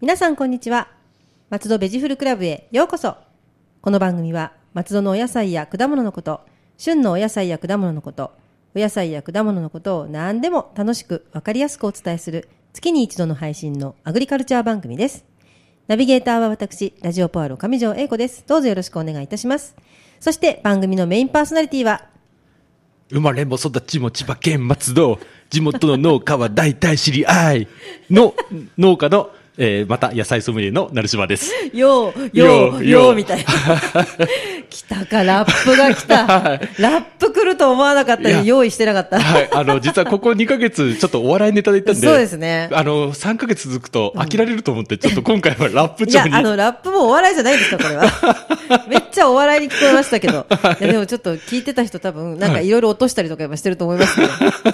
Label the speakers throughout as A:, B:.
A: 皆さんこんにちは松戸ベジフルクラブへようこそこの番組は松戸のお野菜や果物のこと旬のお野菜や果物のことお野菜や果物のことを何でも楽しくわかりやすくお伝えする月に一度の配信のアグリカルチャー番組ですナビゲーターは私ラジオポアロ上条英子ですどうぞよろしくお願いいたしますそして番組のメインパーソナリティは
B: 生まれも育ちも千葉県松戸地元の農家は大体知り合いの農家の、えーまた野菜ソムリエの成島です
A: よう、よ
B: よ
A: う、
B: う
A: よ
B: よ
A: う
B: う
A: みたいな。 来たか、ラップが来 た。ラップ来ると思わなかった
B: いや
A: り、用意してなかった。
B: はいあの実はここ2ヶ月ちょっとお笑いネタでいったんで
A: そうですね
B: あの3ヶ月続くと飽きられると思って、ちょっと今回はラップ
A: いや
B: 調、に
A: あの、ラップもお笑いじゃないですか、これ は。めっちゃお笑いに聞こえましたけど。いや、でもちょっと聞いてた人多分、なんかいろいろ落としたりとか今してると思いますけ ど、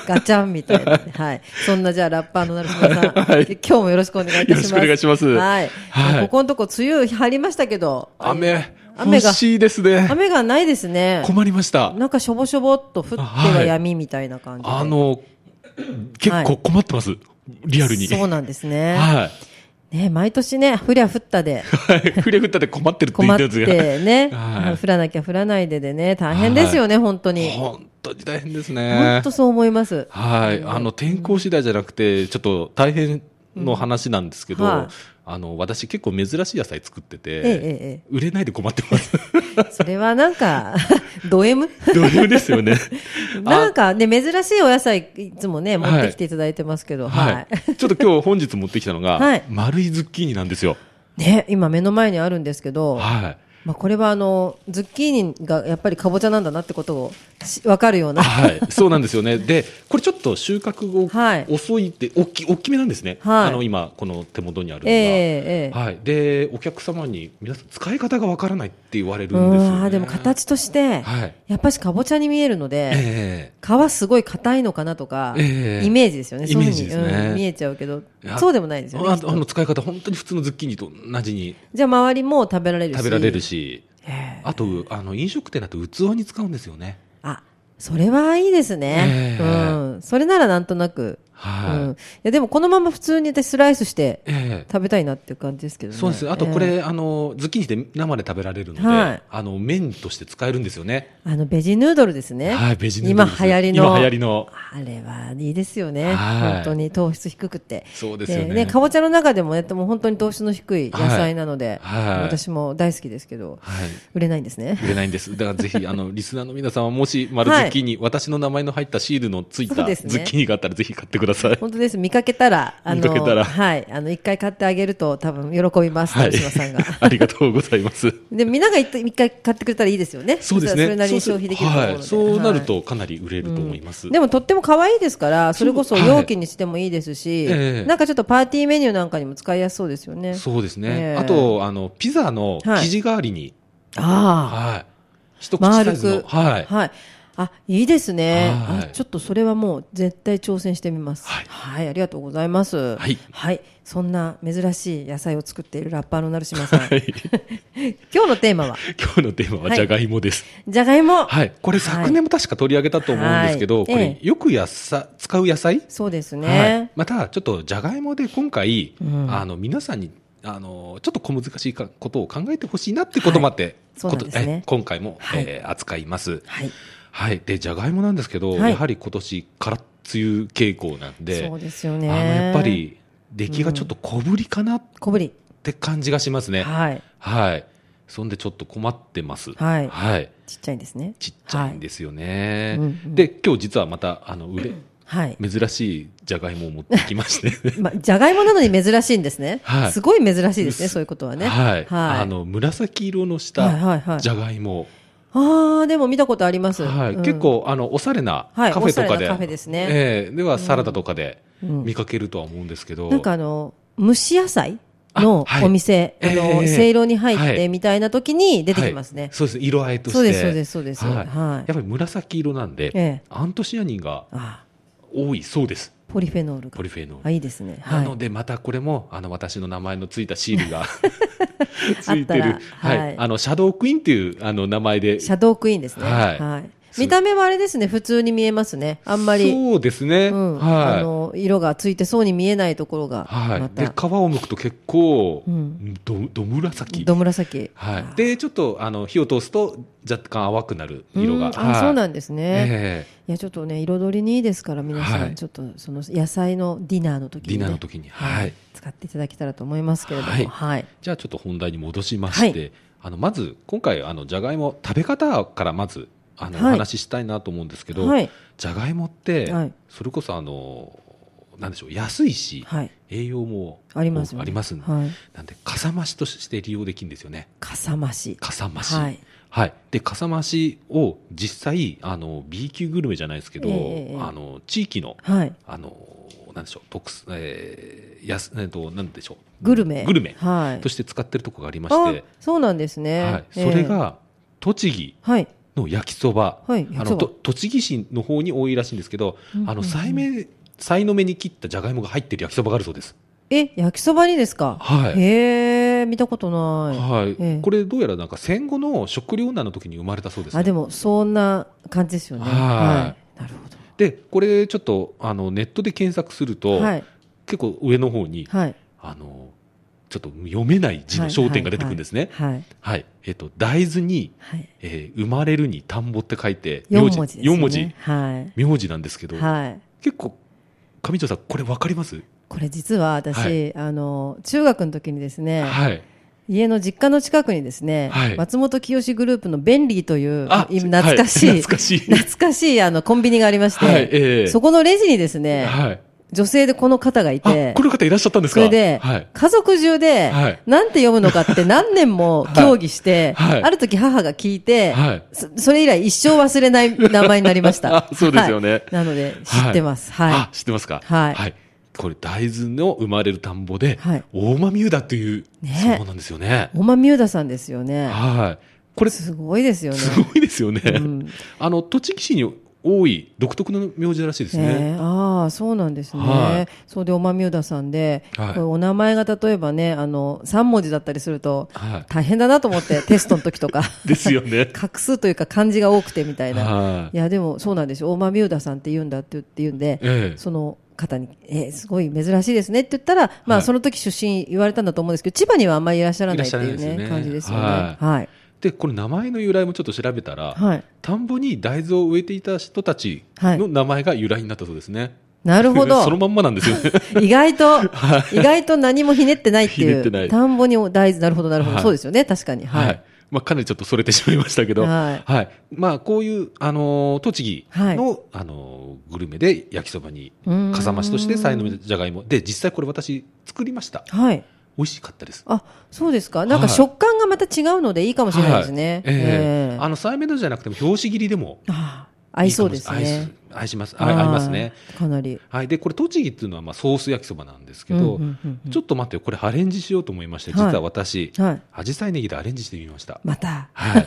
A: ガチャンみたいな。はい。そんなじゃあ、ラッパーの成島さん、
B: はい
A: 今日もよろしくお願いいたします。
B: よろしくお願いします
A: はい。
B: はい
A: ここのとこ、梅雨入りましたけど。
B: 雨
A: 雨
B: 雨
A: が
B: 欲しいですね
A: 雨がないですね。
B: 困りました
A: なんかしょぼしょぼっと降っては闇みたいな感じで。
B: あの結構困ってます、リアルに
A: そうなんですね。
B: はい
A: ね、毎年ね、降りゃ降ったで、
B: はいふりゃふったで困ってるって
A: 困
B: 言っ
A: って
B: るやつ
A: てね、
B: はい
A: 降らなきゃ降らないででね、大変ですよね、本当
B: が
A: に。
B: 本当に大変ですね
A: 本当そう思います。
B: はい、あの天候次第じゃなくて、ちょっと大変の話なんですけど、
A: うんはい
B: あの私、結構珍しい野菜作ってて、
A: えええ
B: 売れないで困ってます、
A: それはなんか、 ド M?
B: 同様です よね。
A: なんかね、珍しいお野菜、いつもね、持
B: はい
A: ってきていただいてますけど、はい。
B: はい、ちょっと今日本日持ってきたのが、
A: はい
B: 丸いズッキーニなんですよ。
A: ね、今目の前にあるんですけど、
B: は
A: まあこれはあの、ズッキーニがやっぱりかぼちゃなんだなってことをしわかるよう
B: い、
A: な。
B: はい、そうなんですよね。で、これちょっと収穫後、
A: はい
B: 遅いって、大き、大きめなんですね。
A: はい
B: あの今この手元にあるの
A: え
B: が、
A: えええ
B: はい、で、お客様に皆さん使い方がわからないって言われる
A: うん
B: ですよ、
A: んあ
B: ね。
A: ーでも形として、
B: はい。
A: やっぱしかぼちゃに見えるので、
B: ええ
A: 皮すごい硬いのかなとか、
B: ええ
A: イメージですよね。そういうふうに
B: イメージですね
A: うん見えちゃうけど
B: い、や
A: そうでもないですよ
B: あ
A: ね。きっ
B: あ
A: と
B: の使い方、本当に普通のズッキーニと同じに
A: じゃあ周りも食べられるし。
B: 食べられる。し、
A: ええ
B: あとあの飲食店だと器に使うんですよね。
A: あ、それはいいですね。
B: ええ
A: うん。それならなんとなく。
B: は
A: う
B: い
A: ん。いや、でもこのまま普通に私スライスして
B: ええ
A: 食べたいなっていう感じですけどね。
B: そうですあとこ
A: ええ
B: れ、あのズッキーニって生で食べられるので、
A: はい
B: あの麺として使えるんですよね。
A: あの、ベジヌードルですね。
B: はい、ベジヌード
A: 今
B: ルです
A: 流行りの。
B: 今流行りの。
A: あれはいいですよね。
B: はい
A: 本当に糖質低くて。
B: そうですよね
A: かぼちゃの中でもね、もう本当に糖質の低い野菜なので、
B: はいはい
A: 私も大好きですけど、
B: はい
A: 売れないんですね。
B: 売れないんです。だから ぜひ、あの、リスナーの皆さんは、もし、丸ズ
A: はい
B: ッキーニ、私の名前の入ったシールのつい
A: そ
B: た
A: う
B: ズ
A: ですね
B: ッキーニがあったら、ぜひ買ってください。
A: 本当です。見かけたら、あ
B: 見かけた
A: の、
B: ら
A: はい。あの、一回買ってあげると多分喜びます、
B: はい
A: 豊島さんが。。
B: ありがとうござい ます。
A: で、みんなが一一回買ってくれたらいいですよね。
B: そうです
A: したら
B: ね。
A: それなりに消費できると思うので。
B: そうはいそうなる
A: は
B: と、かなり売れると思います。
A: い。でもとっても可愛いですから、それこそ
B: そう
A: 容器にしてもいいですし、
B: はいええ
A: なんかちょっとパーティーメニューなんかにも使いやすそうですよね。
B: そうです
A: え
B: ね。
A: え
B: あと、あの、ピザの生地代わりに、
A: ああ。
B: はい。一口サイズ
A: 丸
B: の、
A: く
B: はい。
A: はい。あ、いいですね。
B: はい
A: あちょっとそれはもう絶対挑戦してみます。は
B: はいい。
A: ありがとうございます。
B: はい
A: そんな珍しい野菜を作っているラッパーの成島さん。
B: はい
A: 今日のテーマは、
B: 今日のテーマはじゃがいもです。
A: じゃがいも。
B: はい。これ昨年も確か取り上げたと思うんですけ
A: は
B: ど、
A: い
B: こ
A: え
B: れよくやさ、使う野菜
A: そうです
B: はい
A: ね。。
B: また、ちょっとじゃがいもで今回
A: う、ん
B: あの、皆さんに、あの、ちょっと小難しいかことを考えてほしいなってこともあって、
A: そうなんですね
B: ことえ今回も
A: はい
B: えー扱います。
A: はい。
B: はい。で、じゃがいもなんですけど、
A: はい
B: やはり今年から梅雨傾向なんで
A: そう、ですよ
B: あ
A: ね。
B: の、やっぱ。り、出来がちょっと小ぶりかなっ
A: 小ぶり。
B: って感じがしますね。はい。
A: はい。
B: そんでちょっと困ってます。
A: はい
B: はい。
A: ちっちゃいんですね。
B: ちっちゃいんですよね。
A: はいうんうん
B: で、今日実はまた、あの、売
A: はい。
B: れ、珍しいじゃがいもを持ってきま して。
A: まあ、じゃがいもなのに珍しいんですね。
B: はい
A: すごい珍しいですね、
B: うす
A: そういうことはね。
B: は
A: は
B: い。
A: い。
B: あの、紫色のし
A: はいはいは
B: た
A: い
B: じゃがいも。
A: ああ、でも見たことあります。
B: はい。
A: うん
B: 結構、あの、おしゃれな
A: はい
B: カフェと
A: おしゃ
B: か
A: れ
B: で。
A: なカフェですね
B: ええでは、サラダとかで
A: うん
B: 見かけるとは思うんですけど。
A: なんかあの、蒸し野菜の
B: あはい
A: お店、あ,、
B: ええ
A: の、せいろに入っ
B: は
A: て
B: い
A: みたいな時に出てきます
B: は
A: ね
B: い。そうです。色合いとして。
A: そうですそうですそうです
B: はい。
A: はい
B: やっぱり紫色なんで、
A: ええ
B: アントシアニンが
A: あ
B: 多いそうです。
A: あポリフェノールが。
B: ポリフェノール
A: あ、いいですね。は。
B: ないので、またこれも、あの、私の名前のついたシー ルがついて
A: あ
B: る
A: っ。たら
B: は
A: はい
B: い。あの、シャドークイーンっていう、あの、名前で。
A: シャドークイーンですね。は
B: はい
A: い。見た目はあれですね、普通に見えますね。あんまり。
B: そうですね。
A: うんあ
B: はい。
A: の色がついてそうに見えないところが
B: は
A: ま
B: い。で、
A: た、
B: 皮を剥くと結構
A: うん、
B: ど、ど紫。
A: ど紫、
B: はい。で、ちょっと、あの、火を通すと、若干淡くなる
A: うん
B: 色が。はい
A: あそうなんですね、
B: ええ
A: いやちょっとね彩りにいいですから皆さん、
B: はい
A: ちょっとその野菜のディナーの時に、ね、
B: ディナーの時にはい
A: 使っていただけたらと思いますけれどもは、
B: はいいじゃあちょっと本題に戻しまして、
A: は
B: あのまず今回あのじゃがいも食べ方からまずあの、
A: はい
B: お話ししたいなと思うんですけど、
A: はい
B: じゃがいもって、
A: はい
B: それこそあのなんでしょう安いし、
A: はい
B: 栄養も
A: ありますよね
B: 多くありますんで、
A: はい、
B: なんでかさ増しとして利用できるんですよね
A: かさ増し
B: かさ増し
A: はい
B: はい、でかさ増しを実際あの B 級グルメじゃないですけど、
A: ええええ
B: あの地域の
A: はい
B: あのなんでしょう特すえーやすえっとなんでしょう
A: グルメ
B: グルメ
A: はい
B: として使ってるとこがありまし
A: あ
B: て、
A: そうなんですね、
B: はい、そ
A: ええ
B: れが栃木
A: はい
B: の焼きそば、
A: はい焼
B: あ
A: きそ
B: の
A: ば
B: と栃木市の方に多いらしいんですけど、
A: うんうんうん
B: あのさいめさいの目に切ったじゃがいもが入ってる焼きそばがあるそうです。
A: え焼きそばにですか、
B: はい
A: へえ見たことない、
B: はい、
A: ええ
B: これどうやらなんか戦後の食糧難の時に生まれたそうです、ね。
A: あでもそんな感じですよね。
B: は
A: はい。なるほど。
B: でこれちょっとあのネットで検索すると、
A: はい
B: 結構上の方に
A: はい
B: あのちょっと読めない字の焦点が出てくるんですね。
A: はい
B: はい、えっ、と大豆に、
A: はい。
B: えー生まれるに田んぼって書いて
A: 四
B: 字
A: 文字ですね。
B: 四文字
A: は
B: 名字なんですけ
A: い
B: ど、
A: はい。
B: 結構上条さんこれわかります？
A: これ実は私、
B: は
A: あの中学の時にですね、
B: はい。
A: 家の実家の近くにですね、
B: はい
A: 松本清グループのベンリーという
B: あ
A: い懐かしい、
B: はい 懐かしい
A: 懐かしいあのコンビニがありまして、
B: はいええ
A: そこのレジにですね、
B: はい。
A: 女性でこの方がい
B: あ、こ
A: て。
B: の方いらっしゃったんで
A: そ
B: すか？
A: れで、
B: はい。
A: 家族中で、
B: はい
A: なんて読むのかって何年 も協議して、
B: はいはい
A: ある時母が聞いて、
B: はい
A: そそれ以来一生忘れない名前になりました
B: あ。そうですよね
A: はいなので、知ってます。は
B: あ、知ってますか？
A: はい
B: これ大豆の生まれる田んぼで、
A: はい
B: 大間美宇だという、
A: ね
B: そうなんですよね
A: い。。おまみゆださんですよね。
B: はい。これす
A: すごいですよね。
B: ごいですよね。
A: うん
B: あの栃木市に多い独特の名字らしいですね。
A: ええああ、そうなんですね。
B: はい
A: そうで、おまみゆださんで、
B: は
A: こ
B: い
A: れお名前が例えばね、あの、3文字だったりすると、
B: は
A: 大変だなと思 って、テストの時と か。。
B: い。ですよね
A: 画数というか漢字が多くてみたいな。
B: はい。
A: いやでもそうなんですよ大間美宇田さんって言うんだって言って言うんで、
B: ええ
A: その方に、えーすごい珍しいですねって言ったら、まあ、
B: はい
A: その時出身言われたんだと思うんですけど千葉にはあんまりいらっしゃらないってい
B: いうらっしゃ
A: ね
B: らないですよね
A: 感じですよね。は、
B: はいい
A: はい
B: でこれ名前の由来もちょっと調べたら、
A: はい
B: 田んぼに大豆を植えていた人たちの名前が由来になったそうですね。
A: なるほ
B: その
A: ど
B: まんまなんですよね。
A: 意外と、意外と何もひねってないってい
B: ひねってな
A: う
B: い
A: 田んぼに大豆なるほどなるほど、
B: はい
A: そうですよね確かに は
B: はいい。まあ、かなりちょっとそれてしまいましたけど、
A: はい
B: まあ、こういう、あのー栃木の、あのーグルメで焼きそばに、
A: うーん
B: かさ増しとして、さいの目じゃがいも。で、実際これ私作りました。
A: はい
B: 美味しかったです。
A: あそうですかなんか
B: はい
A: 食感がまた違うのでいいかもしれないです
B: は
A: ね
B: い、ええ
A: ええ
B: あの、さいめのじゃなくても、表紙切りでも
A: あ合いそうです
B: いいかもし
A: ね
B: 合い合いします。合い合いますね。
A: あーかなり
B: はい。で、これ、栃木っていうのは、まあ、ソース焼きそばなんですけ
A: うんうん
B: ど、
A: うんうん
B: ちょっと待ってよ、これアレンジしようと思いまして、
A: はい
B: 実は私、
A: はい
B: アジサイネギでアレンジしてみ ました。
A: また
B: は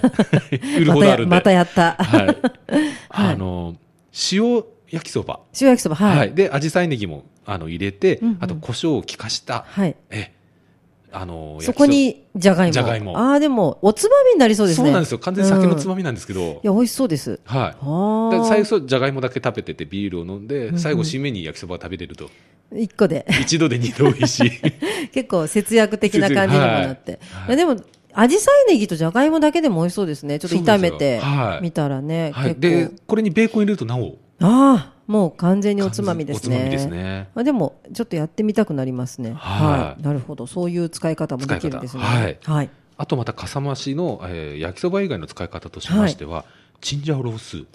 B: い。売るほどあるんで。
A: またやまたやった。
B: はい。あの、塩焼きそば。
A: 塩焼きそば、は。
B: はいい。
A: はい。
B: で、アジサイネギも、あの、入れて、
A: うんうん
B: あと、胡椒を効かした、え、あの、
A: そこ
B: 焼き
A: に、じゃがいも。
B: じゃがいも
A: ああ、でも、おつまみになりそうです
B: そ
A: ね。
B: ばそうなんですよ。完全に酒のつ
A: み。
B: まみなんですけど、
A: いや、美味しそうです。
B: はい。
A: あ
B: だから最
A: あ。
B: 初、じゃがいもだけ食べてて、ビールを飲ん
A: うんうん
B: で、最後、締めに焼きそばを食べれると、
A: 一個で。
B: 一度で二度美味しい。
A: 結構節約的な感じにもなって。
B: はい
A: いや、でも、アジサイネギとじゃがいもだけでも美味しそうですね。ちょっと炒めて
B: そうなんですよはい
A: 見たらね。
B: はい。
A: 結
B: で
A: 構。、
B: これにベーコン入れると、なお、
A: ああ、もう完全におつまみですね。
B: おつまみですね。
A: あでも、ちょっとやってみたくなりますね。
B: はい
A: はい。なるほど。そういう使い方もできるんですね。
B: 使い方はい
A: はい。
B: あとまた、かさ増しの、えー焼きそば以外の使い方としましては、チンジャオロース。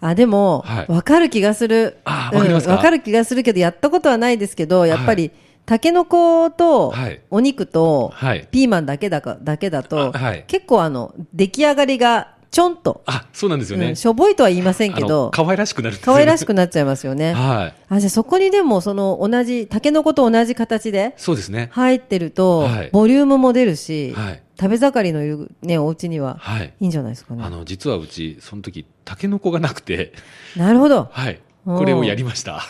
A: あ、でも、
B: はい
A: わかる気がする。
B: あーわかりますか
A: わかる気がするけど、やったことはないですけど、やっぱり、タケノコと
B: はい、
A: お肉と、
B: はい。
A: ピーマンだけだか、だけだと、
B: あはい
A: 結構あの、出来上がりが、ちょんと、
B: あ、そうなんですよ
A: う
B: ね
A: ん。しょぼいとは言いませんけ
B: あの
A: ど、
B: 可愛らしくなるんです
A: 可
B: よね
A: 愛らしくなっちゃいますよね。
B: はい。
A: あ、じゃあそこにでも、その、同じ、タケノコと同じ形で、
B: そうですね。
A: 入ってると、
B: はい
A: ボリュームも出るし、
B: はい
A: 食べ盛りのいるね、お家には、
B: はい。
A: いいんじゃないですかね
B: あ。の、実はうち、その時、タケノコがなくて、
A: なるほど。
B: はい。
A: おー
B: これをやりました。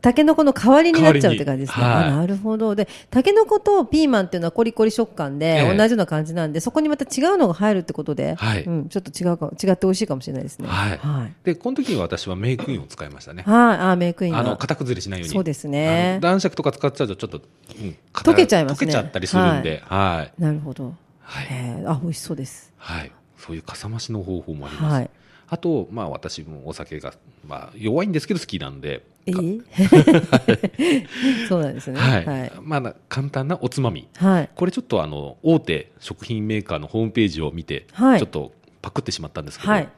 A: タケノコの代わりになっちゃうって感じですね。
B: 代わりにはい
A: あなるほど。で、タケノコとピーマンっていうのはコリコリ食感で、
B: ええ
A: 同じような感じなんで、そこにまた違うのが入るってことで、
B: はい
A: うん、ちょっと違うかも、違って美味しいかもしれないですね。
B: はい
A: はい。
B: で、この時に私はメイクインを使いましたね。
A: はい、あーメイクインが
B: あの、型崩れしないように。
A: そうですね
B: あの男爵とか使っちゃうと、ちょっと、うん型
A: 溶けちゃいますね
B: 溶けちゃったりするんで、はい。
A: なるほど。
B: はい
A: えーあ、美味しそうです。
B: はい。そういうかさ増しの方法もあります。
A: はい。
B: あと、まあ私もお酒が、まあ弱いんですけど好きなんで、
A: えー そうなんですね。
B: はい。
A: はい。
B: まあな簡単なおつまみ。
A: はい。
B: これちょっとあの、大手食品メーカーのホームページを見て、
A: はい
B: ちょっとパクってしまったんですけど、
A: はい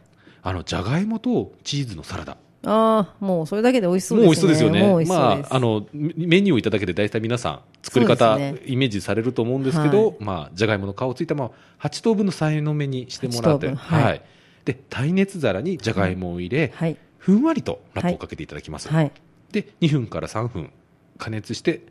B: あの、じゃがいもとチーズのサラダ。
A: ああ、もうそれだけで美味しそう
B: もう美
A: で
B: 味し
A: す
B: そう
A: ね。
B: ですよね。
A: もう美味しそう
B: ま
A: です。
B: あ、あの、メメニューをいただけで大体皆さん、作り方、
A: そうです
B: イメージされると思うんですけど、まあ、じゃがいもの皮をついたまま、8等分の再の目にしてもらって、
A: 8等分はい
B: で、耐熱皿にじゃがいもを入れ、
A: はい。
B: ふんわりとラップをかけていただきます。
A: はい。
B: で、2分から3分加熱して、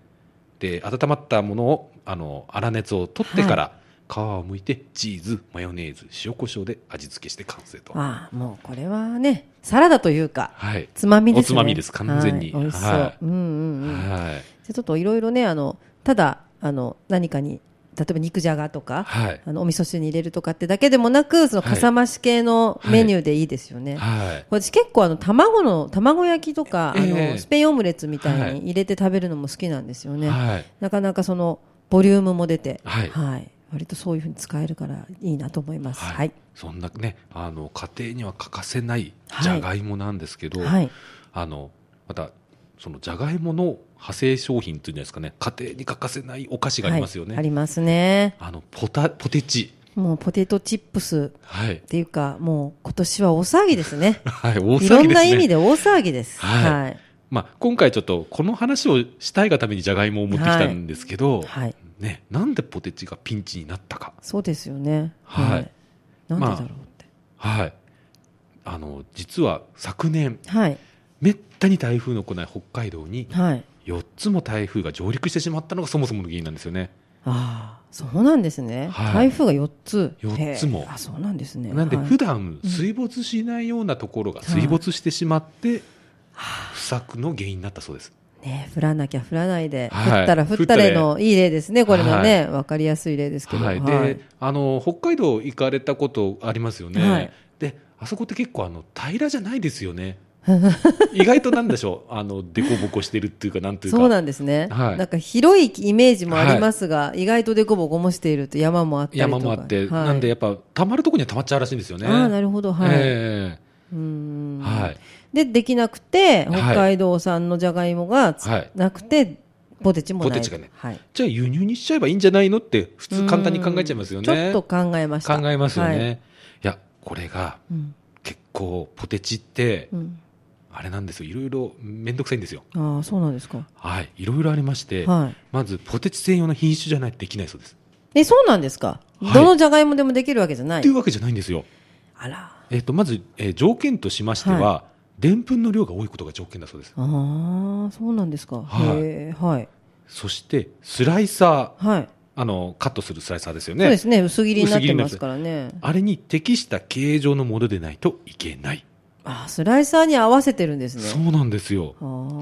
B: で、温まったものを、あの、粗熱を取ってから、皮を剥いて、チーズ、マヨネーズ、塩コショウで味付けして完成と。
A: ああ、もうこれはね、サラダというか、
B: はい。
A: つまみですね。
B: おつまみです完全に
A: はい美味しそう。
B: は
A: うんうんうん。じゃ
B: はい。
A: あちょっといろいろね、あの、ただ、あの、何かに、例えば肉じゃがとか、
B: はい。
A: あの、お味噌汁に入れるとかってだけでもなく、その、
B: はい
A: かさ増し系のメニューでいいですよね。
B: はい。
A: 私結構あの卵の卵焼きとか、
B: え
A: あ
B: え
A: のスペインオムレツみた
B: はいい
A: に入れて食べるのも好きなんですよね、
B: はい。
A: なかなかそのボリュームも出て、
B: はい
A: 割とそういうふうに使えるからいいなと思います。はい、
B: そんなね、あの家庭には欠かせない
A: はい
B: じゃがいもなんですけど、
A: はい
B: あのまたそのじゃがいもの派生商品というんですかね、家庭に欠かせないお菓子がありますよね。
A: はいありますね。
B: あのポタポテチ、
A: もうポテトチップス
B: はい
A: っ、ていうか、もう今年は大騒ぎですね。
B: はい、 大騒ぎですね。
A: いろんな意味で大騒ぎです。
B: はい
A: はい。
B: まあ今回ちょっとこの話をしたいがためにじゃがいもを持ってきたんですけど、
A: はい
B: ね、なんでポテチがピンチになったか、
A: そうですよね。
B: はい
A: なんでだろうって。
B: はい、あの実は昨年
A: はい。
B: めったに台風の来ない北海道に
A: はい。
B: 4つも台風が上陸してしまったのがそもそもの原因なんですよね。
A: ああ、そうなんですね。
B: はい
A: 台風が4つ。
B: 4つも
A: へえあ、そうなんですね。
B: なんで
A: はい
B: 普段水没しないようなところが水没してしまって不作の原因になったそうです。
A: ね、降らなきゃ降らないで、
B: はい
A: 降ったら降ったれのいい例ですね、これのね、わかりやすい例ですけど、
B: はい、
A: はい
B: であの北海道行かれたことありますよね。
A: はい
B: であそこって結構あの平らじゃないですよ ね。意外となんでしょうあの凸凹してるっていうかなんていうか。
A: そうなんですね、
B: はい
A: なんか広いイメージもありますが、意外と凸凹もしていると、山もあったりとか、
B: 山もあって、
A: はい
B: なんでやっぱ溜まるとこには溜まっちゃうらしいんですよね。
A: ああなるほど、はい、
B: え
A: うー
B: え
A: ん
B: はい
A: で、できなくて、
B: はい
A: 北海道産のじゃがいもがつ
B: はい
A: なくて、ポテチもない、
B: ポテチがね
A: はい、
B: じゃあ輸入にしちゃえばいいんじゃないのって普通簡単に考えちゃいますよね。
A: うんちょっと考えました。
B: 考えますよね、
A: はい
B: い、やこれが
A: うん
B: 結構ポテチって
A: うん
B: あれなんですよいろいろ面倒くさいんですよ
A: ああ、そうなんですか。
B: はいいろいろありまして、
A: はい
B: まずポテチ専用の品種じゃないとできないそうです
A: え、そうなんですか、
B: はい
A: どのじゃがいもでもできるわけじゃない
B: っていうわけじゃないんですよ、
A: あら。
B: えっとまず、えー条件としましてはでんぷんの量が多いことが条件だそうです
A: ああ、そうなんですか。
B: はい
A: へーはい。
B: そしてスライサー
A: はい。
B: あのカットするスライサーですよ
A: そうで
B: ね
A: すね。薄切りになってますからね。
B: あれに適した形状のものでないといけない、
A: あースライサーに合わせてるんです
B: そ
A: ね。
B: うなんですよ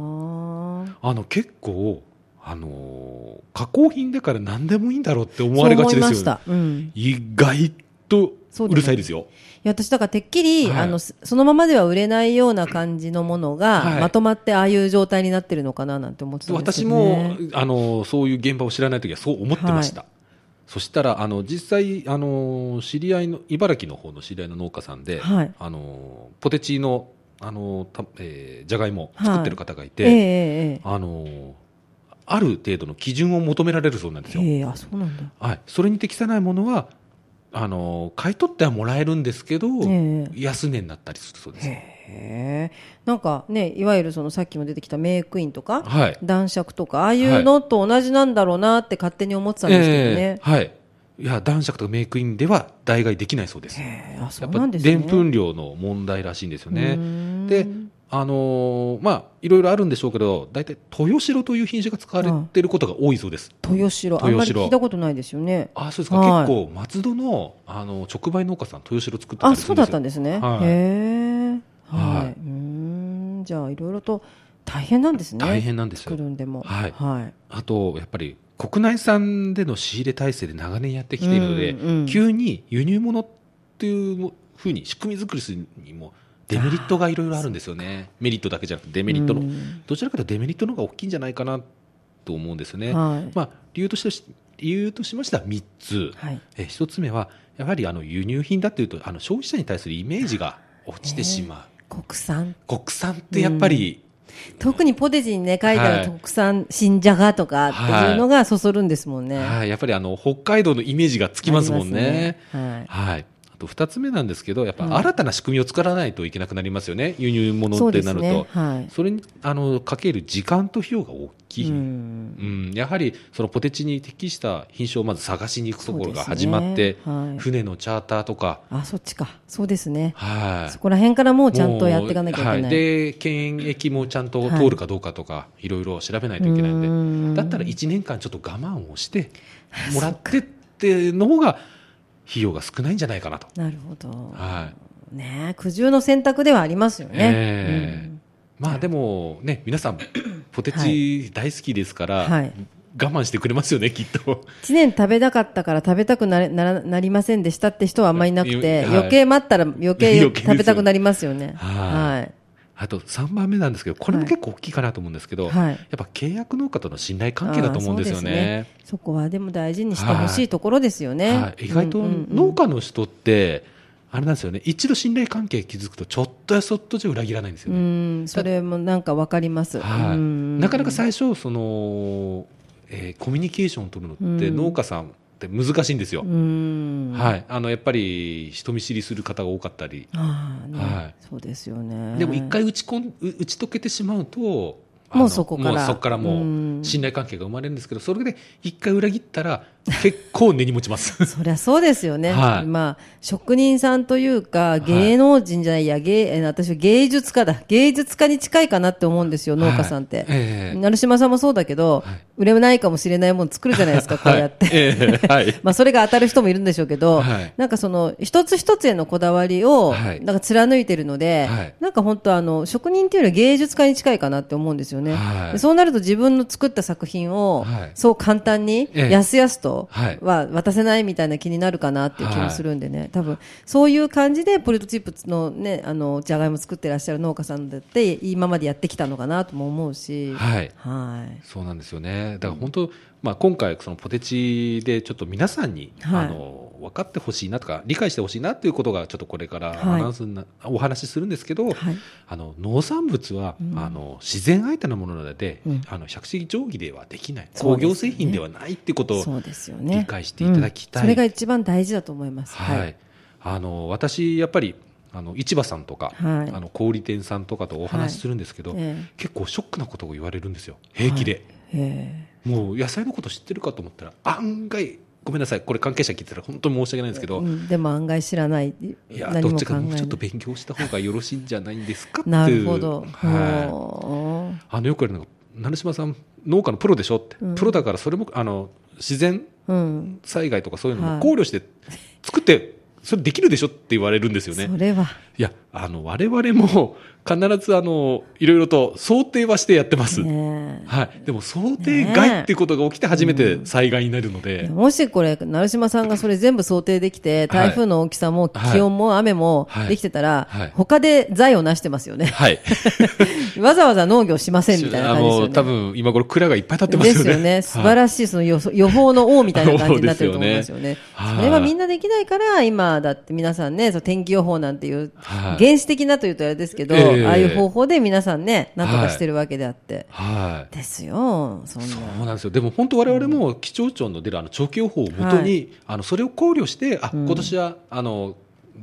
A: ああ。
B: あの結構、あのー加工品だから何でもいいんだろうって思われがちで
A: そう思いますし
B: よね
A: た。うん。
B: 意外と
A: そう
B: う
A: だね
B: るさいですよ。
A: いや私だからてっきり、
B: はい
A: あのすそのままでは売れないような感じのものが、
B: はい
A: まとまってああいう状態になってるのかななんて思ってたんです
B: 私
A: けど、ね、
B: も、あのーそういう現場を知らない時はそう思ってました。そしたら、あの、実際、あのー知り合いの、茨城の方の知り合いの農家さんで、
A: はい
B: あのーポテチの、あのーたえーじゃがいも
A: はい
B: 作ってる方がいて、
A: えええ
B: あのーある程度の基準を求められるそうなんです
A: え
B: よ。
A: ええあそうなんだ、
B: はい、それに適さないものはあの買い取ってはもらえるんですけど、
A: え
B: 安値になったりするそうです。
A: へえなんかねいわゆるそのさっきも出てきたメイクインとか、
B: はい、
A: 男爵とかああいうのと同じなんだろうなって勝手に思ってたんですけどね
B: え、ーはい、いや男爵とかメイクインでは代替できないそうです。
A: へえあそ
B: や
A: う
B: っ
A: な
B: ぱ
A: んですね
B: でんぷん量の問題らしいんですよ
A: うー
B: ね
A: ん。
B: で、あのーまあいろいろあるんでしょうけど、大体豊城という品種が使われてることが多いそうです。
A: 豊城あんまり
B: 豊城
A: 聞いたことないですよね
B: あそうですか、
A: はい
B: 結構松戸のあの直売農家さん豊城作ってたり
A: あ
B: す
A: そうんだ
B: るですよ。
A: ったんですね、
B: はい
A: へえはい、
B: はいう
A: ーんじゃあいろいろと大変なんですね
B: 大変なんです
A: 作
B: よ
A: るんでも
B: はい
A: はい
B: あとやっぱり国内産での仕入れ体制で長年やってきているので、
A: うんうん
B: 急に輸入物っていうふうに仕組み作りするにもデメリットがいろいろあるんですよねメリットだけじゃなくてデメリットの、
A: うん
B: どちらかというとデメリットの方が大きいんじゃないかなと思うんですよね、
A: はい
B: まあ、理由としてし理由としましては3つ、
A: はい
B: え1つ目はやはりあの輸入品だというとあの消費者に対するイメージが落ちてしま
A: 国産
B: う、国産ってやっぱり、
A: 特にポテチにね書いてある
B: はい
A: 特産新じゃがとかっていうのがそそるんですもんね、
B: はい、やっぱりあの北海道のイメージがつきますもんね。
A: ありますね
B: はい。あと二つ目なんですけど、やっ
A: う
B: ぱ
A: ん
B: 新たな仕組みを作らないといけなくなりますよね。輸入
A: はい、
B: 物
A: そ
B: っ
A: う
B: て
A: で
B: な
A: す
B: る
A: ね
B: と。
A: はい
B: それにあのかける時間と費用が大きい。
A: う
B: う
A: ん
B: んやはりそのポテチに適した品種をまず探しに行くところが
A: そうです
B: 始
A: ね
B: まって、
A: はい
B: 船のチャーターとか、
A: あそっちかそうですね、
B: はい、
A: そこら辺からもうちゃんとやっていかなきゃいけない、
B: もうはい、で検疫もちゃんと通るかどうかとか、い、ろいろ調べないといけない
A: うんん
B: でだったら1年間ちょっと我慢をしてもらってっての方が費用が少ないんじゃないかなと。
A: なるほど、
B: はい
A: ねえ苦渋の選択ではありますよね、
B: ええ
A: うん
B: まあでもね 皆さんポテチ大好きですから、
A: はい
B: 我慢してく れますよねきっと
A: 1年食べたかったから食べたくなれならなりませんでしたって人はあんまりいなくて、
B: はい
A: 余計待ったら余計
B: 余計ですよ
A: 食べたくなりますよね。
B: は
A: はい。
B: あと3番目なんですけどこれも結構大きいかなと思うんですけど、
A: はい
B: やっぱ契約農家との信頼関係だと思うんですよね。
A: ああそうですねそこはでも大事にしてほしいところですよね。
B: はい、意外と
A: うんうんうん
B: 農家の人って、あれなんですよね、一度信頼関係築くと、ちょっとやそっとじゃ裏切らないんですよ
A: う
B: ね。
A: ん、それもなんかわかります。
B: は
A: う
B: い、
A: ん
B: なかなか最初その、えーコミュニケーションを取るのって、
A: うん
B: 農家さんって難しいんですよ、
A: うん、
B: はい、あのやっぱり人見知りする方が多かったり、
A: ああね
B: はい
A: そうですよね。
B: でも一回打ちこんう打ち解けてしまうと、あ
A: もう
B: の
A: そこから
B: もうそこから
A: う
B: も
A: ん
B: う信頼関係が生まれるんですけど、それで一回裏切ったら、結構根に持ちま す。
A: そりゃそうですよね、
B: はい
A: まあ、職人さんというか
B: い
A: 芸能人じゃないや、芸えー私は芸術家だ芸術家に近いかなって思うんですよ農家さんって、
B: はい ええ
A: 成島さんもそうだけど、
B: はい
A: 売れないかもしれないもの作るじゃないですかこうやって、
B: はいええはい
A: まあそれが当たる人もいるんでしょうけど、
B: はい
A: なんかその一つ一つへのこだわりを
B: はい
A: なんか貫いてるので、
B: はい
A: なんか本当あの職人っていうよりは芸術家に近いかなって思うんですよね、
B: はい
A: でそうなると自分の作った作品を
B: はい
A: そう簡単に
B: ええ
A: やすやすと
B: はい
A: は渡せないみたいな気になるかなっていう気もするんでね、多分そういう感じでポテトチップスのねあのじゃがいも作ってらっしゃる農家さんだって今までやってきたのかなとも思うし、
B: はい
A: はい
B: そうなんですよね。だから本当、まあ、今回そのポテチでちょっと皆さんに、
A: はい
B: あの分かってほしいなとか理解してほしいなということがちょっとこれから
A: はい
B: アナウンスな、お話しするんですけど、
A: はい
B: あの農産物は、
A: うん
B: あの自然相手なものなので、
A: うん
B: あの百式定規ではできない、
A: そう
B: 工
A: ですよね
B: 業製品ではないってことを、
A: そうですよね
B: 理解していただきたい
A: それが一番大事だと思います
B: はい
A: はい、
B: あの私やっぱりあの市場さんとか、
A: はい
B: あの小売店さんとかとお話しするんですけど、
A: ええ
B: 結構ショックなことを言われるんですよ平気で。
A: え
B: もう野菜のこと知ってるかと思ったら案外ごめんなさいこれ関係者聞いてたら本当に申し訳ないんですけ
A: え
B: ど、
A: うんでも案外知らない
B: いや
A: 何
B: どっ
A: も
B: ち
A: 考
B: か
A: え
B: もう
A: な
B: ちょ
A: い
B: っと勉強した方がよろしいんじゃないんですかっていう
A: なるほど、
B: はい
A: おー
B: あのよくあるのが「成島さん農家のプロでしょ」って、
A: うん
B: プロだからそれもあの自然
A: うん
B: 災害とかそういうの
A: はい
B: も考慮して作ってそれできるでしょって言われるんですよね
A: そ。れはい
B: やあの我々も必ずあのいろいろと想定はしてやってます。
A: ね
B: はい、でも想定外っていうことが起きて初め
A: ねえ
B: て災害になるので、
A: えもしこれ、成島さんがそれ全部想定できて、
B: はい
A: 台風の大きさも
B: はい
A: 気温も雨も
B: はい
A: できてたら
B: はい、
A: 他で財を成してますよ ね。
B: はい。
A: わざわざ農業しませんみたいな
B: あ
A: 感じです
B: も
A: よ
B: う
A: ね。
B: 多分今頃蔵がいっぱい立ってます
A: で
B: よね。
A: すよね。素晴
B: し
A: らしい、その予想予報の王みたいな感じになってると思いますよね。
B: そうですよね
A: それはみんなできないから、今だって皆さんね、その天気予報なんていう、
B: はい
A: 原始的なというとあれですけど、
B: ええ
A: ああいう方法で皆さんね、なんとかしてるわけであって。
B: はい。はい。
A: ですよ、そんな。
B: そうなんですよ。でも本当我々も気象庁の出るあの長期予報をもとに、
A: は
B: あのそれを考慮して、あ、
A: うん
B: 今年はあの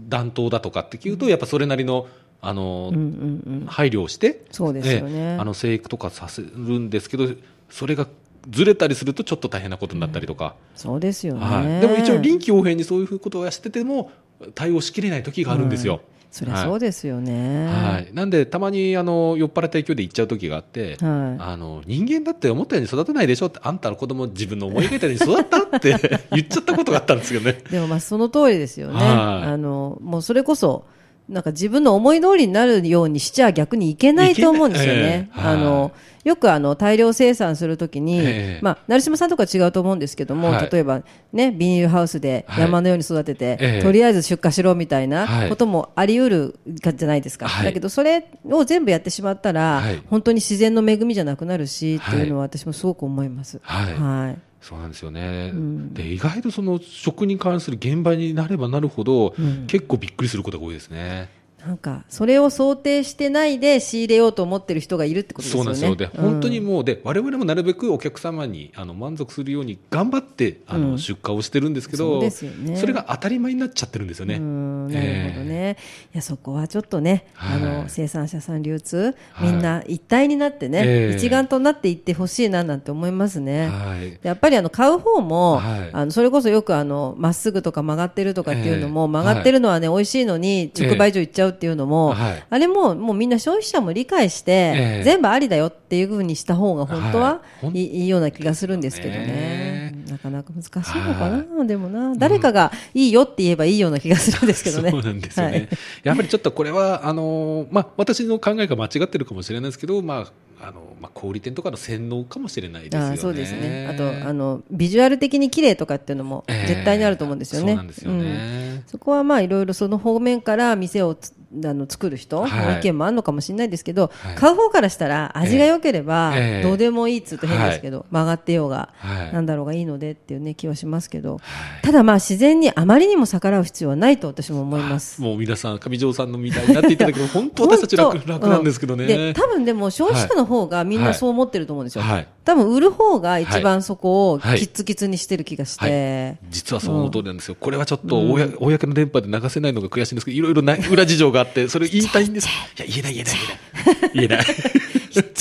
B: 暖冬だとかって聞うと、やっぱそれなりのあの、
A: うんうんうん。
B: 配慮をして、
A: そうですよね
B: ええあの生育とかさせるんですけど、それがずれたりするとちょっと大変なことになったりとか。
A: そうですよ
B: は
A: ね。
B: い。でも一応臨機応変にそういうことをやってても対応しきれない時があるんですよ。
A: はいそりゃそうですよ
B: は
A: ね。
B: い、なんでたまにあの酔っ払った勢いで行っちゃう時があって、
A: はい
B: あの人間だって思ったように育てないでしょってあんたの子供自分の思い描いたように育ったって 言っちゃったことがあったんですけどね。
A: でもまあその通りですよね。
B: はい
A: あの、もうそれこそ、なんか自分の思い通りになるようにしちゃ逆にいけないと思うんですよね。
B: いけないええ
A: あのよくあの大量生産するときに、
B: ええ
A: まあ、成島さんとかは違うと思うんですけども、
B: はい
A: 例えば、ね、ビニールハウスで
B: はい
A: 山のように育てて、
B: ええ
A: とりあえず出荷しろみたい
B: は
A: ないこともあり得るかじゃないですか、
B: はい
A: だけどそれを全部やってしまったら、
B: はい
A: 本当に自然の恵みじゃなくなるし、
B: はい
A: っていうのは私もすごく思います。
B: はい
A: はい
B: そうなんですよね、
A: うん
B: で意外とその食に関する現場になればなるほど、
A: うん
B: 結構びっくりすることが多いですね。
A: なんかそれを想定してないで仕入れようと思ってる人がいるってことです
B: そう
A: よ
B: なん
A: ね。
B: ですよ。で、
A: うん
B: 本当にもう、で、我々もなるべくお客様に、あの、満足するように頑張って、あの、
A: うん
B: 出荷をしてるんですけ
A: そう
B: ど、
A: ですよね
B: それが当たり前になっちゃってるんですよね。
A: うんなるほどね、いやそこはちょっとね、
B: はい
A: あの生産者さん、流通、
B: はい
A: みんな一体になってね、
B: ええ
A: 一丸となっていってほしいななんて思いますね。
B: はい。
A: でやっぱりあの買う方も、
B: はい
A: あのそれこそよくあのまっすぐとか曲がってるとかっていうのも、
B: ええ
A: 曲がってるのはね、美味しいのに直売所行っちゃうっていうのも、
B: はい
A: あれももうみんな消費者も理解して、
B: ええ
A: 全部ありだよっていうふうにした方が本当は
B: はいほん
A: いい,、いような気がするんですけどね
B: ね
A: なかなか難しいのかな、でもな、
B: ん
A: 誰かがいいよって言えばいいような気がするんですけどね。
B: そうなんですよね。
A: はい
B: やっぱりちょっとこれは、あの、まあ、私の考えが間違ってるかもしれないですけど、まあ、あの、まあ、小売店とかの洗脳かもしれないですよ
A: あ
B: ね。
A: あそうですね。あと、あの、ビジュアル的に綺麗とかっていうのも
B: ええ
A: 絶対にあると思うんですよね。
B: そうなんですよ
A: うん
B: ね。
A: そこはまあいろいろその方面から店をつあの作る人の
B: はい
A: 意見もあるのかもしれないですけど、
B: はい
A: 買う方からしたら味が良ければ
B: ええ
A: どうでもいいっつうと変ですけど、曲がってようが、
B: はい
A: なんだろうがいいのでっていうね気はしますけど、
B: はい
A: ただまあ自然にあまりにも逆らう必要はないと私も思います。
B: もう皆さん、上条さんのみたいになっていた だけど、本当私たち楽
A: 本当
B: 楽なんですけどね。
A: うで多分でも消費者の方がみんな
B: はい
A: そう思ってると思うんですよ。
B: はい
A: 多分売る方が一番そこをキ
B: はい
A: ッツキツにしてる気がして。
B: 実はその通りなんですよ、これはちょっと公,、公の電波で流せないのが悔しいんですけど、いろいろな裏事情があっ て、それ言いたいんです。いや、言えない、言えない、言えない。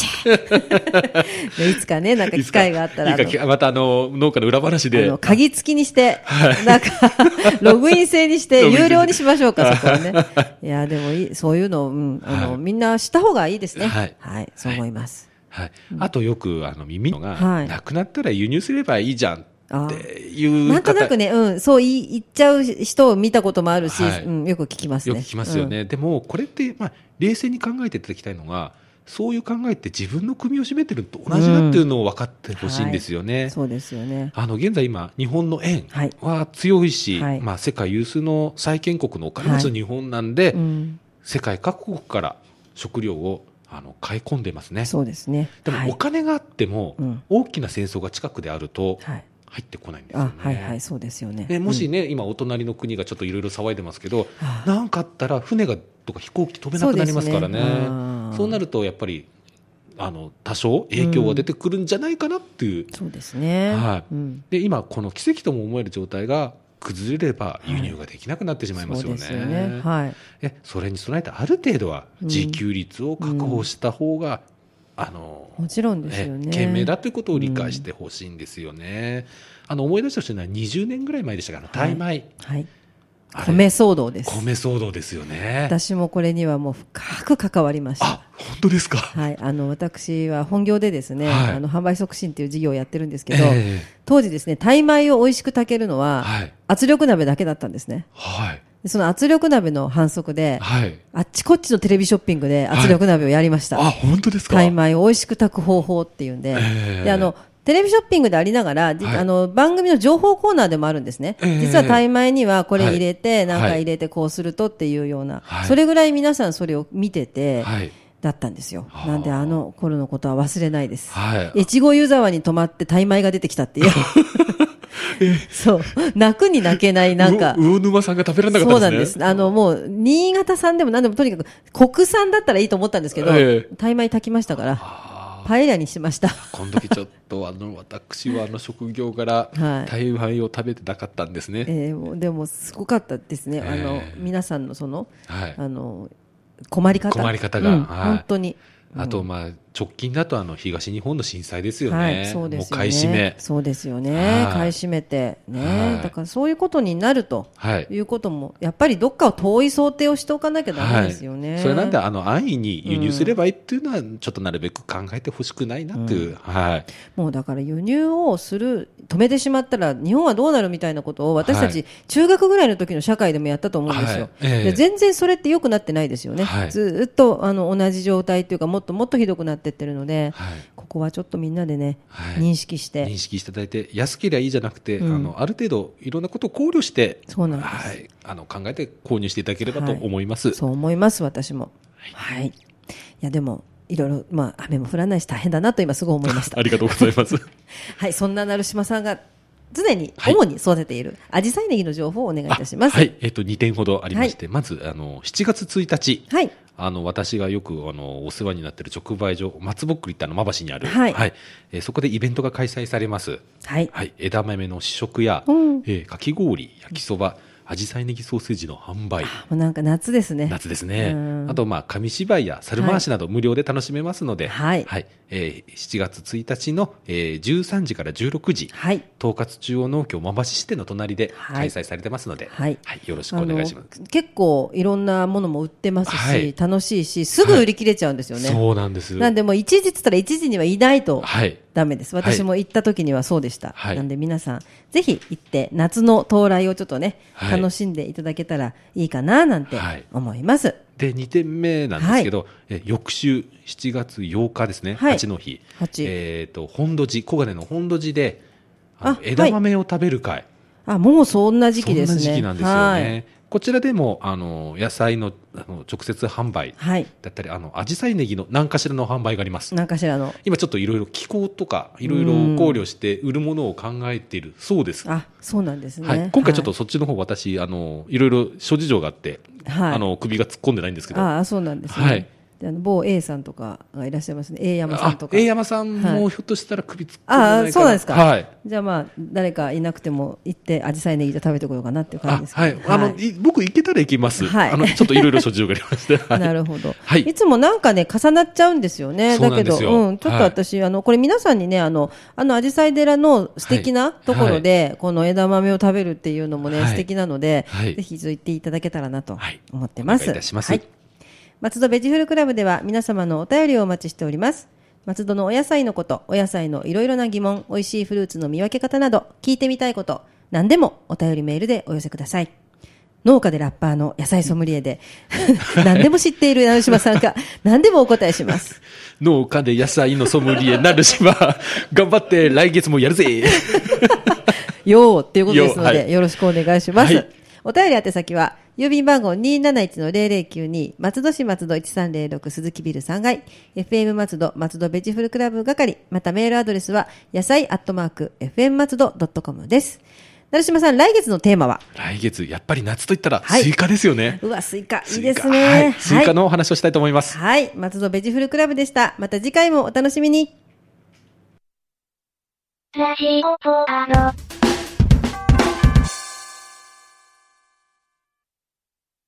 A: いやいつかね、なんか
B: 言えない。
A: 機会があったら。
B: いいかまたあの農家の裏話
A: あ
B: で
A: の、鍵付きにして、 なんか、ログイン制にして、
B: ログイン制
A: 有料にしましょう か、そこはね。いや、でもいい、そういうの、うん、あの、
B: はい
A: みんなした方がいいですね。
B: はい
A: そう思います。
B: はい、あとよくあの耳のが、
A: はい
B: なくなったら輸入すればいいじゃんっていう方
A: なんとなくね、うん、そう言い言っちゃう人を見たこともあるし、
B: はい
A: うん、よく聞きますね。
B: よく聞きますよね、でもこれって、まあ、冷静に考えていただきたいのがそういう考えって自分の首を絞めてるのと同じだっていうのを分かってほしいんですよね。
A: うん。そうですよね。
B: あの現在、今、日本の円
A: はい
B: は強いし、
A: はい
B: まあ、世界有数の債権国のお金持ちの日本なんで、
A: うん、
B: 世界各国から食料をあの買い込んでますね。
A: そうですね。
B: でも、
A: はい
B: お金があっても、
A: うん
B: 大きな戦争が近くであると、
A: はい。
B: 入ってこないんですよ
A: あ
B: ね、。
A: はいはい、そうですよね。
B: でもし
A: うん
B: ね、今、お隣の国がちょっといろいろ騒いでますけど、
A: はあ
B: なんかあったら船がとか飛行機飛べなくなりますから
A: そ
B: ね
A: うですねあー
B: そうなるとやっぱりあの多少影響が出てくるんじゃないかなっていう、
A: そうですね。
B: はい
A: うん
B: で今この奇跡とも思える状態が崩れれば輸入ができなくなってしまいますよね。
A: そうですよね。はい。
B: えそれに備えてある程度は自給率を確保した方が、あの
A: もちろんですよ
B: え
A: ね。
B: 賢明だということを理解してほしいんですよね。あの思い出してほしいのは20年ぐらい前でしたから、
A: は
B: タ
A: い
B: イ米、
A: はい。
B: あれ
A: 米騒動です。
B: 米騒動ですよね。
A: 私もこれにはもう深く関わりました。
B: あ本当ですか。
A: はい、あの私は本業でですね、
B: はい
A: あの販売促進っていう事業をやってるんですけど、
B: え
A: 当時ですね、タイ米を美味しく炊けるの
B: え
A: は、
B: はい
A: 圧力鍋だけだったんですね。
B: はい
A: でその圧力鍋の反則で、
B: はい。
A: あっちこっちのテレビショッピングで圧力鍋をやりました。
B: あ本当ですか。
A: タイ米を美味しく炊く方法っていうんで、
B: ええ
A: であのテレビショッピングでありながら、じ
B: はい
A: あの番組の情報コーナーでもあるんですね、
B: ええ
A: 実はタイ米にはこれ
B: はい
A: 入れて、なんか
B: はい
A: 入れてこうするとっていうような、
B: はい
A: それぐらい皆さんそれを見てて、
B: はい
A: だったんですよ、
B: はあ
A: なんであの頃のことは忘れないです、
B: はい。
A: 越後湯沢に泊まってタイ米が出てきたっていう、そう、泣くに泣けない、なんか。
B: う魚沼さんが食べられなか
A: そ
B: っ
A: うな
B: た
A: ん
B: ん
A: で
B: ですね。
A: す。あの、もう、新潟産でも何でもとにかく、国産だったらいいと思ったんですけど、
B: ええ
A: タイ米炊きましたから、
B: あ
A: パエリアにしました。
B: ーこの時ちょっとあの私はあの職業から
A: はい
B: 台湾を食べてなかったんですね。
A: えーもうでもすごかったですね、あの
B: えー
A: 皆さんのその
B: はい。
A: あの困り方
B: 困り方が
A: うん
B: はい
A: 本当に
B: あとまあ直近だとあの東日本の震災ですよね、
A: はい、そうです
B: もう
A: よね。
B: 買い占め、
A: そうですよね。
B: はい
A: 買い占めて。ね、
B: はい
A: だからそういうことになると
B: はい
A: いうことも、やっぱりどっかを遠い想定をしておかなきゃダメですよね。
B: はい、それなんであの安易に輸入すればいいっていうのは、ちょっとなるべく考えてほしくないなっていう、はい、
A: もうだから輸入をする、止めてしまったら日本はどうなるみたいなことを私た
B: は
A: ち中学ぐらいの時の社会でもやったと思うんですよ。
B: はいええ
A: で全然それって良くなってないですよね。
B: はい
A: ずーっとあの同じ状態というかもっともっとひどくなってってるので、
B: はい
A: ここはちょっとみんなでね、
B: はい
A: 認識して。
B: 認識していただいて安ければいいじゃなくて、
A: うん
B: あのある程度いろんなことを考慮して
A: そうなんです
B: はい、あの考えて購入していただければと思います。
A: そう思います、私も。はい。いや、でも、いろいろ、まあ、雨も降らないし大変だなと今すごい思いました
B: あ。りがとうござ います。
A: はい、そんな成島さんが常に、
B: はい
A: 主に育てている、アジサイネギの情報をお願いいたします。
B: あはい、えっ、と2点ほどありまして、まずあの7月1日、
A: はい。
B: あの私がよくあのお世話になっている直売所松ぼっくりってあの馬橋にある、
A: はい
B: えーそこでイベントが開催されます。
A: はい。
B: はい、枝豆の試食や、
A: うん
B: えーかき氷、焼きそば、アジサイネギソーセージの販売。
A: もうなんか夏ですね。
B: 夏ですね
A: うん。
B: あと、まあ、紙芝居や猿回しなど無料で楽しめますので、
A: はい
B: えー7月1日の、えー13時から16時、
A: はい。
B: 統括中央農協馬橋支店の隣で
A: は
B: 開
A: い
B: 催されてますので、
A: はい
B: よろしく
A: あ
B: お
A: の
B: 願いします。
A: 結構いろんなものも売ってますし、
B: はい
A: 楽しいし、すぐ売り切れちゃうんですよね。
B: そうなんです。
A: なんでもう一時っつったら一時にはいないと
B: はい。
A: ダメです。
B: はい
A: 私も行った時にはそうでした。
B: はい
A: なんで皆さん、ぜひ行って、夏の到来をちょっとね、
B: はい
A: 楽しんでいただけたらいいかな、なんて
B: はい
A: 思います。
B: で、2点目なんですけど、えー翌週7月8日ですね、
A: はい
B: 八の日。
A: 八
B: えっ、と、本土寺、小金の本土寺で、あの
A: あ
B: 枝豆を食べる会。
A: あ、もうそんな時期ですね。
B: そんな時期なんですよね。
A: はい。
B: こちらでもあの野菜のあの直接販売
A: はい。
B: だったり、あの紫陽花ネギの何かしらの販売があります。
A: なんかしらの。
B: 今ちょっといろいろ気候とかいろいろ考慮して売るものを考えているそうです。
A: あ、そうなんですね。
B: はい、今回ちょっと
A: は
B: そっちの方私、い、あのいろいろ諸事情があって、
A: い、はい、
B: あの首が突っ込んでないんですけど。
A: ああ、そうなんですね。
B: はい
A: であの某 A さんとかがいらっしゃいますね。A 山さん
B: あ
A: とか。
B: え山さん
A: は
B: も
A: い
B: ひょっとしたら首突っ込んでないかな、
A: あそうなんですか
B: はい。
A: じゃあまあ、誰かいなくても行って、アジサイネギで食べてこようかなっていう感じ
B: あ
A: ですけ
B: はい。
A: ど
B: あの、い僕行けたら行きます。
A: はい
B: あのちょっといろいろ諸事情がありま して。はい
A: なるほど、
B: はい
A: い、つもなんかね、重なっちゃうんですよね、
B: そ
A: だ
B: うなん
A: け
B: で
A: ど、
B: すよ
A: うん、ちょっと
B: はい
A: 私、あのこれ、皆さんにね、あのあの紫陽花寺の素敵なところで、この枝豆を食べるっていうのもね、
B: はい
A: 素敵なので、
B: はい
A: ぜひ一度行っていただけたらなと
B: はい
A: 思ってます。
B: お願いいたします
A: はい松戸ベジフルクラブでは皆様のお便りをお待ちしております。松戸のお野菜のこと、お野菜のいろいろな疑問、美味しいフルーツの見分け方など、聞いてみたいこと、何でもお便りメールでお寄せください。農家でラッパーの野菜ソムリエで、 何でも知っている成島さんが、何でもお答えします。
B: 農家で野菜のソムリエなる島頑張って来月もやる ぜ
A: よーっていうことですの
B: よー
A: で、
B: はい
A: よろしくお願いします。
B: はい
A: お便り宛先は、郵便番号271-0092、松戸市松戸1306鈴木ビル3階、FM 松戸松戸ベジフルクラブ係、またメールアドレスは、野菜アットマーク、FM 松戸 .com です。成島さん、来月のテーマは
B: 来月、やっぱり夏といったら
A: はい
B: スイカですよね。
A: うわ、スイカ、い
B: ス
A: い
B: イ
A: で
B: カ
A: すね。
B: はいスイ
A: はい
B: カのお話をしたいと思います。
A: はい。松戸ベジフルクラブでした。また次回もお楽しみに。
C: ラジオポアド。